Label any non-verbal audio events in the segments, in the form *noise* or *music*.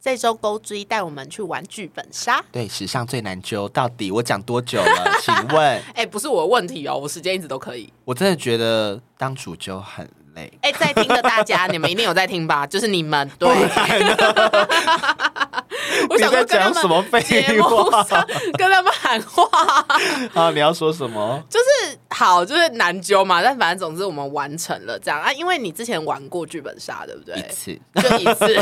这周勾追带我们去玩剧本杀。对，史上最难揪，到底我讲多久了？ *laughs* 请问，哎、不是我的问题哦，我时间一直都可以。我真的觉得当主揪很累。哎、在听的大家，你们一定有在听吧？就是你们对。 *laughs* 我你想在说跟他讲什们么节废目话 *laughs* 上 *laughs* 跟他们喊话，啊？你要说什么？就是好，就是难揪嘛。但反正总之我们完成了这样啊，因为你之前玩过剧本杀，对不对一？次，就一 *laughs* 次，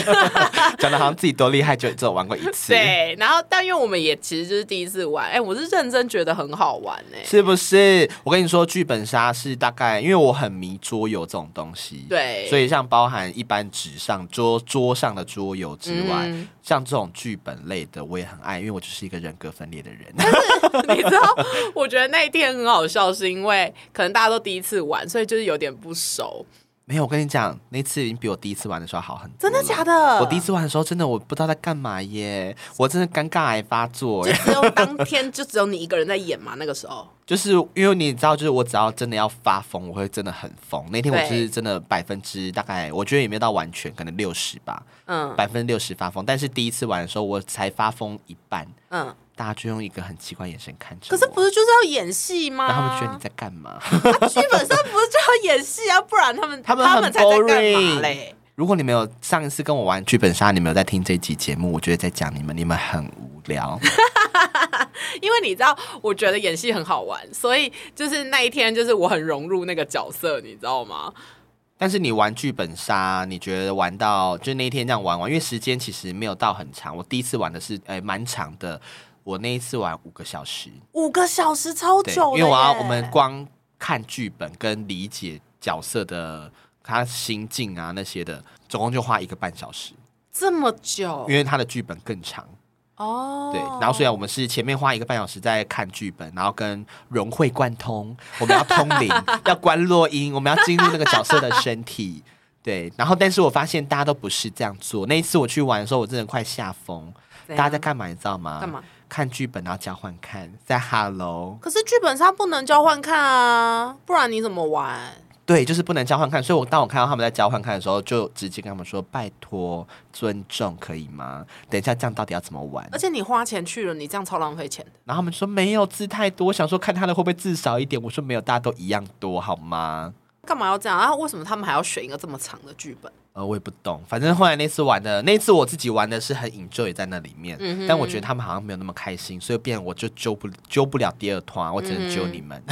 讲的好像自己多厉害，就只有玩过一次，对。然后，但因为我们也其实就是第一次玩，哎、我是认真觉得很好玩哎、是不是？我跟你说，剧本杀是大概，因为我很迷桌游这种东西，对所以像包含一般纸上桌桌上的桌游之外，嗯像这种剧本类的我也很爱，因为我就是一个人格分裂的人。 *laughs* 你知道，我觉得那一天很好笑，是因为可能大家都第一次玩，所以就是有点不熟。没有，我跟你讲，那次已经比我第一次玩的时候好很多。真的假？的？嗯我第一次玩的时候，真的我不知道在干嘛耶，我真的尴尬癌发作就耶。只有当天就只有你一个人在演嘛，那个时候。就是因为你知道，就是我只要真的要发疯，我会真的很疯。那天我对就是真的百分之大概，我觉得也没有到完全，可能六十吧，嗯百分之六十发疯。但是第一次玩的时候，我才发疯一半，嗯，大家就用一个很奇怪的眼神看着可我。是啊不是就是要演戏吗？然后他们觉得你在干嘛？啊剧本上不是就要演戏啊？不然他们他们们很才在干嘛 boring 嘞？如果你没有上一次跟我玩剧本杀，你没有在听这集节目，我觉得在讲你们，你们很无聊。因为你知道，我觉得演戏很好玩，所以就是那一天，就是我很融入那个角色，你知道吗？但是你玩剧本杀，你觉得玩到就那一天这样玩完，因为时间其实没有到很长。我第一次玩的是诶蛮、长的，我那一次玩五个小时，五个小时超对，哦久因了为我要耶我们光看剧本跟理解角色的他心境啊那些的，总共就花一个半小时，这么久因为他的剧本更长。哦，对，然后虽然我们是前面花一个半小时在看剧本，然后跟融会贯通，我们要通 *laughs* 灵，要观落音，我们要进入那个角色的身体。对，然后但是我发现大家都不是这样做。那一次我去玩的时候，我真的快吓疯。怎大样家在干嘛？你知道吗？啊干嘛？看剧本，然后交换看，在 Hello。可是剧本杀不能交换看啊，不然你怎么玩？对，就是不能交换看，所以我当我看到他们在交换看的时候，就直接跟他们说：“拜托，尊重可以吗？等一下这样到底要怎么玩？”而且你花钱去了，你这样超浪费钱的。然后他们说没有字太多，我想说看他的会不会字少一点。我说没有，大家都一样多，好吗？干嘛要这样？然、后为什么他们还要选一个这么长的剧 *laughs* 本？呃，我也不懂，反正后来那次玩的，那次我自己玩的是很 enjoy 在那里面，嗯但我觉得他们好像没有那么开心，所以变我就揪不揪不了第二团，我只能揪你嗯们。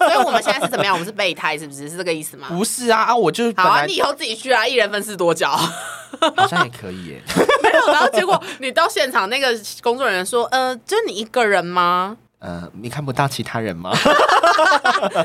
所以我们现在是怎么样？我们是备胎，是不是？是这个意思吗？ *laughs* 不是啊啊，我就本好啊，来你以后自己去啊，一人分饰多角。 *laughs* 好像也可以耶，没有，然后结果你到现场，那个工作人员说：“呃，就你一个人吗呃，你看不到其他人吗？？” *laughs*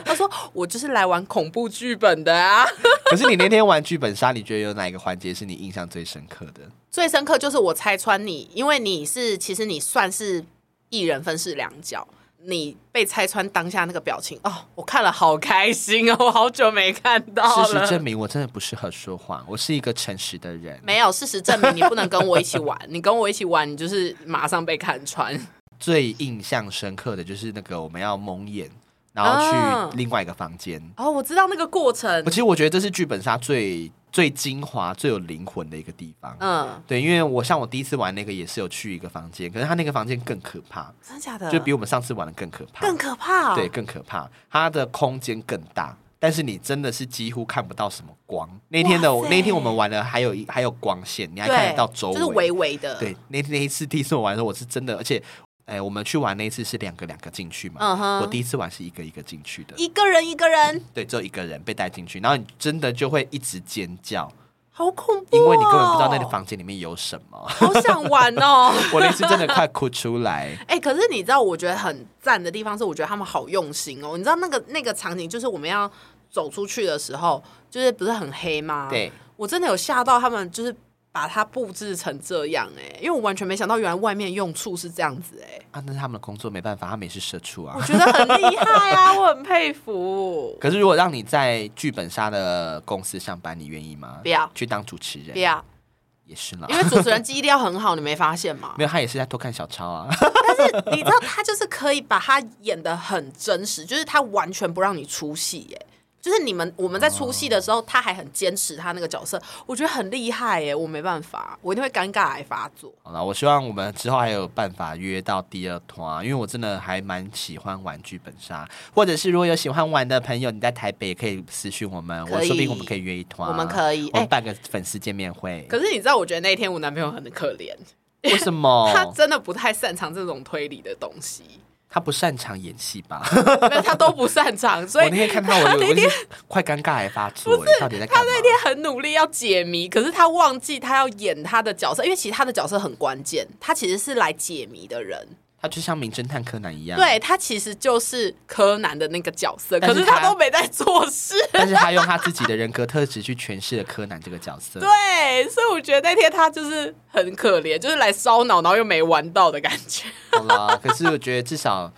他说：“我就是来玩恐怖剧本的啊。可是你那天玩剧本杀，你觉得有哪一个环节是你印象最深刻的？”最深刻就是我拆穿你，因为你是其实你算是一人分饰两角。你被拆穿当下那个表情哦，我看了好开心哦，我好久没看到了。事实证明，我真的不适合说谎，我是一个诚实的人。没有，事实证明你不能跟我一起玩，你跟我一起玩，你就是马上被看穿。最印象深刻的就是那个我们要蒙眼，然后啊去另外一个房间。哦，我知道那个过程我、，其实我觉得这是剧本杀最最精华、最有灵魂的一个地方。嗯，对，因为我像我第一次玩那个也是有去一个房间，可是他那个房间更可怕，真的假的？就比我们上次玩的更可怕，嗯更可怕、对，，更可怕。它的空间更大，但是你真的是几乎看不到什么光。那天的哇塞那天我们玩的还有一还有光线，你还看对，得到周围，就是微微的，对，那那一次第一次我玩的时候，我是真的，而且，哎，我们去玩那一次是两个两个进去嘛，嗯哼我第一次玩是一个一个进去的，一个人一个人，对，只有一个人被带进去，然后你真的就会一直尖叫，好恐怖、哦，因为你根本不知道那个，房间里面有什么。好想玩 *laughs* 哦。我那次真的快哭出 *laughs* 来，哎、可是你知道，我觉得很赞的地方是，我觉得他们好用心哦。你知道那个那个场景，就是我们要走出去的时候，就是不是很黑吗？对，我真的有吓到他们，就是把它布置成这样哎、因为我完全没想到，原来外面用处是这样子哎、啊，那是他们的工作没办法，他们也是社畜啊我。觉得很厉害啊，我很佩服。可是如果让你在剧本杀的公司上班，你愿意吗？不要去当主持人， *laughs* 不要，也是啦因。为主持人记忆力要很好，你没发现吗？没有，他也是在偷看小抄啊。你知道他就是可以把他演的很真实，就是他完全不让你出戏耶。就是你们我们在出戏的时候，他还很坚持他那个角色，我觉得很厉害耶，我没办法，我一定会尴尬癌发作。好了，我希望我们之后还有办法约到第二团，啊因为我真的还蛮喜欢玩剧本杀，或者是如果有喜欢玩的朋友，你在台北也可以私讯我们，可以我说不定我们可以约一团，我们可以我哎们办个粉丝见面会。可是你知道，我觉得那一天我男朋友很可怜，为什么他真的不太擅长这种推理的东西，他不擅长演戏吧？没有他都不擅长，所 *laughs* 我以那天看他，我有我是快尴尬癌发作，哎到底在干他嘛？那天很努力要解谜，可是他忘记他要演他的角色，因为其实他的角色很关键，他其实是来解谜的人。他就像名侦探柯南一样，，对他其实就是柯南的那个角色，但可是是他他都没在做事。但是他用他自己的人格特质去诠释了柯南这个角色。对，所以我觉得那天他就是很可怜，就是来烧脑，然后又没玩到的感觉。好啦，可是我觉得至少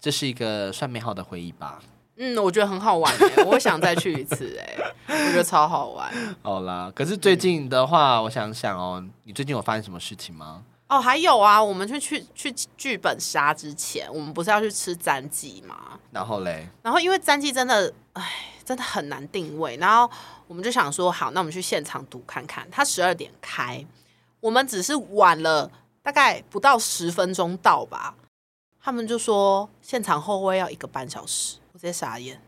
这是一个算美好的回忆吧。 *laughs* 嗯，我觉得很好玩、欸，我想再去一次、哎，我觉得超好玩。好啦，嗯可是最近的话，我想想哦，你最近有发生什么事情吗？哦，还有啊，我们去去去剧本杀之前，我们不是要去吃詹记吗？然后嘞，然后因为战绩真的，唉，真的很难定位。然后我们就想说，好，那我们去现场读看看。他十二点开，我们只是晚了大概不到十分钟到吧。他们就说现场后位要一个半小时，我直接傻眼。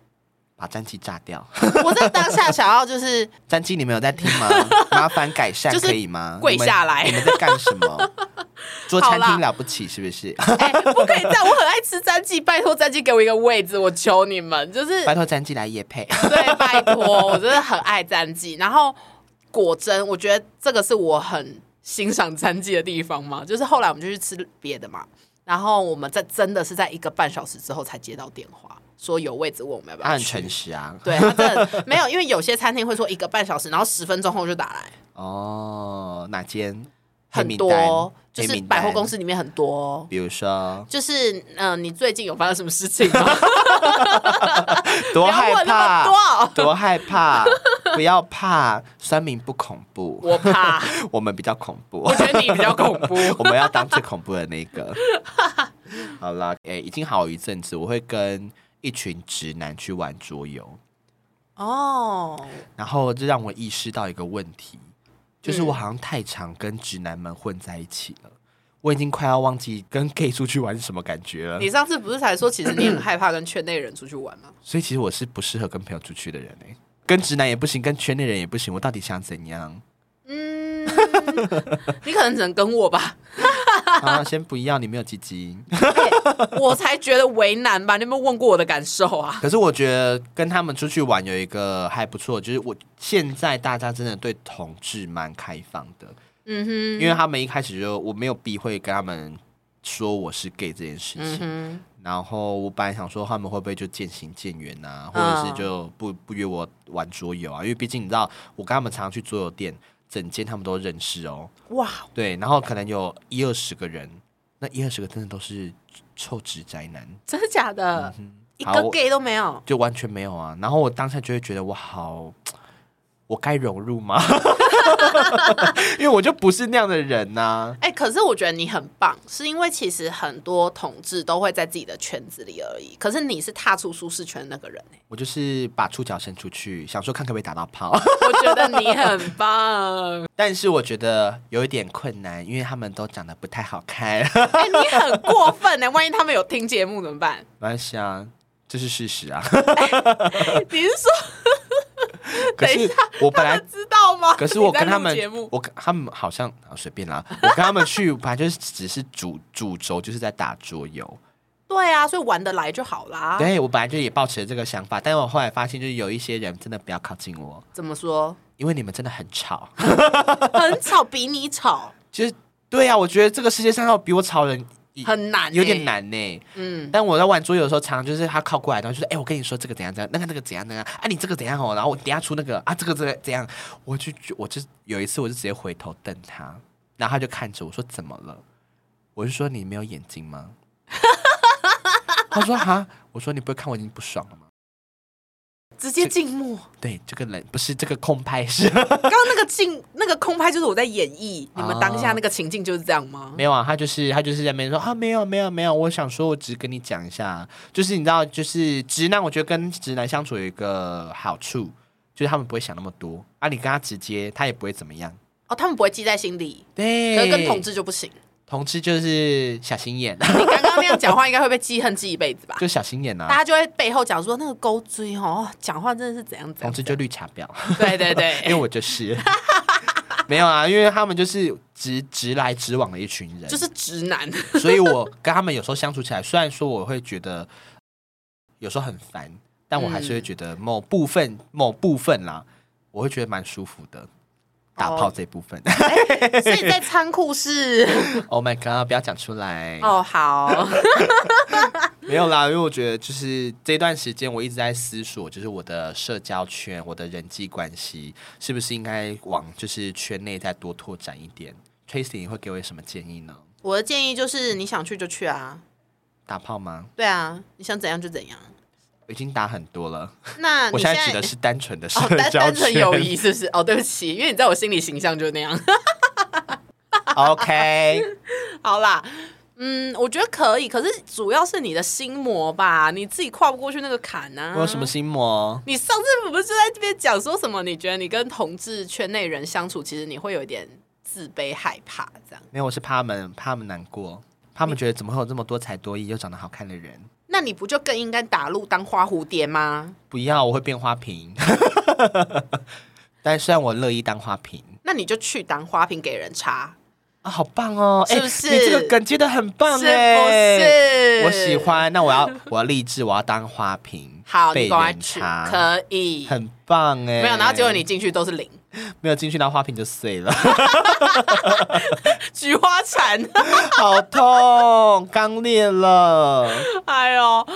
把战机炸掉。 *laughs* 我在当下想要就是战机，你们有在听 *laughs* 吗？麻烦改善就是可以吗？跪下来你们你们在干什么？ *laughs* 做餐好厅啦了不起是不是？ *laughs* 哎、不可以这样，我很爱吃战绩，拜托战绩给我一个位置，我求你们，就是拜托战机来夜 *laughs* 配。对，拜托，我真的很爱战绩。然后果真，我觉得这个是我很欣赏战绩的地方嘛。就是后来我们就去吃别的嘛，然后我们在真的是在一个半小时之后才接到电话，说有位置问我们要不他要很去。诚实啊。对他真的没有，因为有些餐厅会说一个半小时，然后十分钟后就打来，哦，哪间？黑很名单多，就黑是名单百货公司里面很多。比如说，就是嗯、呃你最近有发生什么事情 *laughs* 吗？多 *laughs* 不要害问那么怕，多， *laughs* 多害怕，不要怕，酸民不恐 *laughs* 怖，我怕，我们比较恐怖我，觉得你比较恐 *laughs* 怖。我们要当最恐怖的那个。 *laughs* 好啦，诶、已经好一阵子，我会跟一群直男去玩桌游，哦，然后这让我意识到一个问题，就是我好像太常跟直男们混在一起了，我已经快要忘记跟 gay 出去玩是什么感觉了。你上次不是才说，其实你很害怕跟圈内人出去玩 *laughs* 吗？所以其实我是不适合跟朋友出去的人哎、跟直男也不行，跟圈内人也不行，我到底想怎样？你可能只能跟我 *laughs* 吧，啊，先不要，你没有鸡鸡。我才觉得为难吧。你有没有问过我的感受啊？可是我觉得跟他们出去玩有一个还不错，就是我现在大家真的对同志蛮开放的，嗯哼，因为他们一开始就我没有避讳跟他们说我是 gay 这件事情。嗯然后我本来想说他们会不会就渐行渐远啊，或者是嗯就不不约我玩桌游啊？因为毕竟你知道，我跟他们常常去桌游店，整间他们都认识哦。哼，哇，对，然后可能有一二十个人，那一二十个真的都是臭直宅男，真的假的？一好个我 gay 都没有，就完全没有啊。然后我当下就会觉得我好，我该融入吗？ *laughs* 因为我就不是那样的人啊呐、哎、可是我觉得你很棒，是因为其实很多同志都会在自己的圈子里而已，可是你是踏出舒适圈的那个人、欸、我就是把触角伸出去，想说看可不可以打到炮， *laughs* 我觉得你很棒，但是我觉得有一点困难，因为他们都长得不太好看。 *laughs* *laughs* 哎、你很过分呢、万一他们有听节目怎么 *laughs* 办？没关系啊，这是事实啊。 *laughs* 你是说可是我本来知道吗？可是我你在跟他录们节目，我跟他们好像啊随便啦。我跟他们去，本来就是只是主主轴就是在打桌游。对啊，所以玩得来就好啦。对我本来就也抱持了这个想法，但我后来发现，就是有一些人真的不要靠近我，怎么说？因为你们真的很吵。很吵，比你吵，就是对啊，我觉得这个世界上要比我吵的人一很难、欸有点。难呢、啊嗯，但我在玩桌游的时候，常常就是他靠过来，然后就说：“哎、我跟你说这个怎样怎样，那个那个怎样怎样，啊，你这个怎样哦，然后我等一下出那个啊，这个这个怎样。”我就我就有一次，我就直接回头瞪他，然后他就看着我说：“怎么了？”我就说：“你没有眼睛吗？” *laughs* 他说：“哈。”我说：“你不会看我已经不爽了吗？”直接静默。对，这个人不是这个空拍是刚刚那个静，那个空拍就是我在演绎你们啊当下那个情境就是这样吗？没有啊，他就是他就是在那边说啊，没有没有没有，我想说，我只是跟你讲一下，就是你知道，就是直男，我觉得跟直男相处有一个好处，就是他们不会想那么多啊，你跟他直接，他也不会怎么样。哦，他们不会记在心里，可是对，跟同志就不行。同志就是小心眼，啊你刚刚那样讲话，应该会被记恨记一辈子吧？就小心眼大 *laughs* 啊。家就会背后讲说那个勾追哦，讲话真的是怎样怎同样。志哦就绿茶婊，对对 *laughs* 因为对，我就是。没有啊，因为他们就是直直来直往的一群人，就是直 *laughs* 男。 *laughs* 所以我跟他们有时候相处起来，虽然说我会觉得有时候很烦，但我还是会觉得某部嗯分、某部分啦，我会觉得蛮舒服的。打哦炮这部分 *laughs* 所以在仓库是，Oh my god！不要讲出来，哦，好，没有啦，因为我觉得就是这段时间我一直在思索，就是我的社交圈、我的人际关系是不是应该往就是圈内再多拓展一点。Tracy，你会给我什么建议呢？我的建议就是你想去就去啊，打炮吗？对啊，你想怎样就怎样。我已经打很多了，那我啊你现现在指的在是单纯的社哦，单交单纯圈，友谊是不是？哦，对不起，因为你在我心里形象就是那样。 *laughs* OK，好啦，嗯，我觉得可以，可是主要是你的心魔吧，你自己跨不过去那个坎呢、啊。我有什么？心魔？你上次不是就在这边讲说什么？你觉得你跟同志圈内人相处，其实你会有一点自卑、害怕这样。没有，我是怕他们，怕他们难过，怕他们觉得怎么会有这么多才多艺又长得好看的人？那你不就更应该打入当花蝴蝶吗？不要，我会变 *laughs* 花瓶。但虽然我乐意当花瓶那你就去当花瓶给人插，啊，好棒哦！哎是不是你这个梗接的很棒是不哎，是？我喜。欢。那我 *laughs* 要，我要励志，我要当花瓶，好，被你赶快人去，插，可以。很棒哎。没有，然后结果你进去都是零， *laughs* 没有进去，那花瓶就碎了， *laughs* 菊花残。好痛，刚裂了。 *laughs* 哎呦，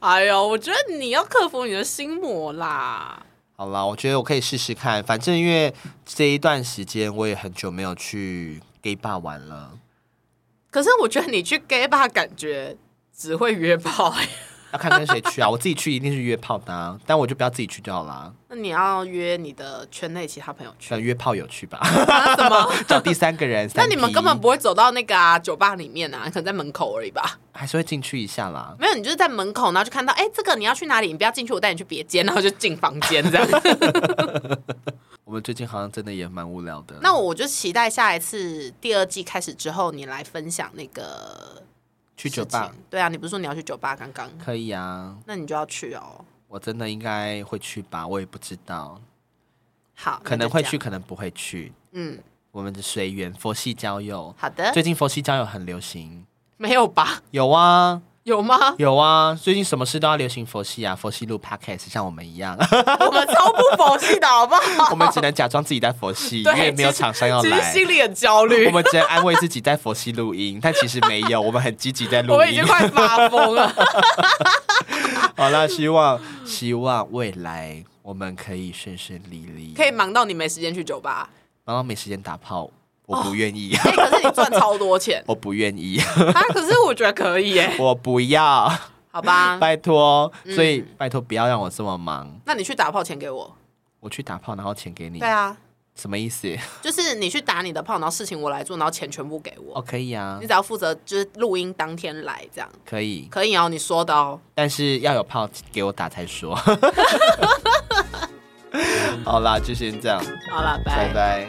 哎呦，我觉得你要克服你的心魔啦。好啦，我觉得我可以试试看，反正因为这一段时间我也很久没有去 gay bar 玩了，可是我觉得你去 gay bar 感觉只会约炮、哎，要看跟谁去啊。我自己去一定是约炮的、啊，但我就不要自己去就好啦， *laughs* 那你要约你的圈内其他朋友 *laughs* 去找约炮友去吧， *laughs* 啊？什么？找第三个人。 *laughs* 那三你们 P 根本不会走到那个啊酒吧里面啊，可能在门口而已吧。还是会进去一下啦。没有，你就是在门口，然后就看到，哎、这个你要去哪里？你不要进去，我带你去别间，然后就进房间这 *laughs* 样。我们最近好像真的也蛮无聊的。那我就期待下一次第二季开始之后，你来分享那个去酒事吧情。对啊，你不是说你要去酒吧刚刚？可以啊，那你就要去哦。我真的应该会去吧，我也不知道，好，可那能就会这样去，。可能不会去，嗯，呃我们的随缘，佛系交友。好的。最近佛系交友很流行，没有 *laughs* 吧？有啊，？有吗有啊，最近什么事都要流行佛系啊，佛系录 podcast，像我们一样， *laughs* 我们超不佛系的好不好？我们只能假装自己在佛系，因 *laughs* 对为没有其实厂 *laughs* 商要其实来，心里很焦虑 *laughs* 我，们只能安慰自己在佛系录音，但其实没有，我们很积极在我录们已音经。快发疯 *laughs* 了。好啦，希望希望未来我们可以顺顺利利，可以忙到你没时间去酒吧，然后没时间打炮，我不愿意，哎、可是你赚超多钱 *laughs* 我不愿意， *laughs* 啊！可是我觉得可以耶，我不 *laughs* 要，好吧？拜托，嗯所以拜托不要让我这么忙，那你去打炮钱给我。我去打炮，然后钱给你对，啊，什么意思？就是你去打你的炮，然后事情我来做，然后钱全部给我，哦，可以啊你，只要负责就是录音当天来这样，可以。可以哦，你说的哦。但是要有炮给我打才说。好啦，就先这样，好了，拜拜。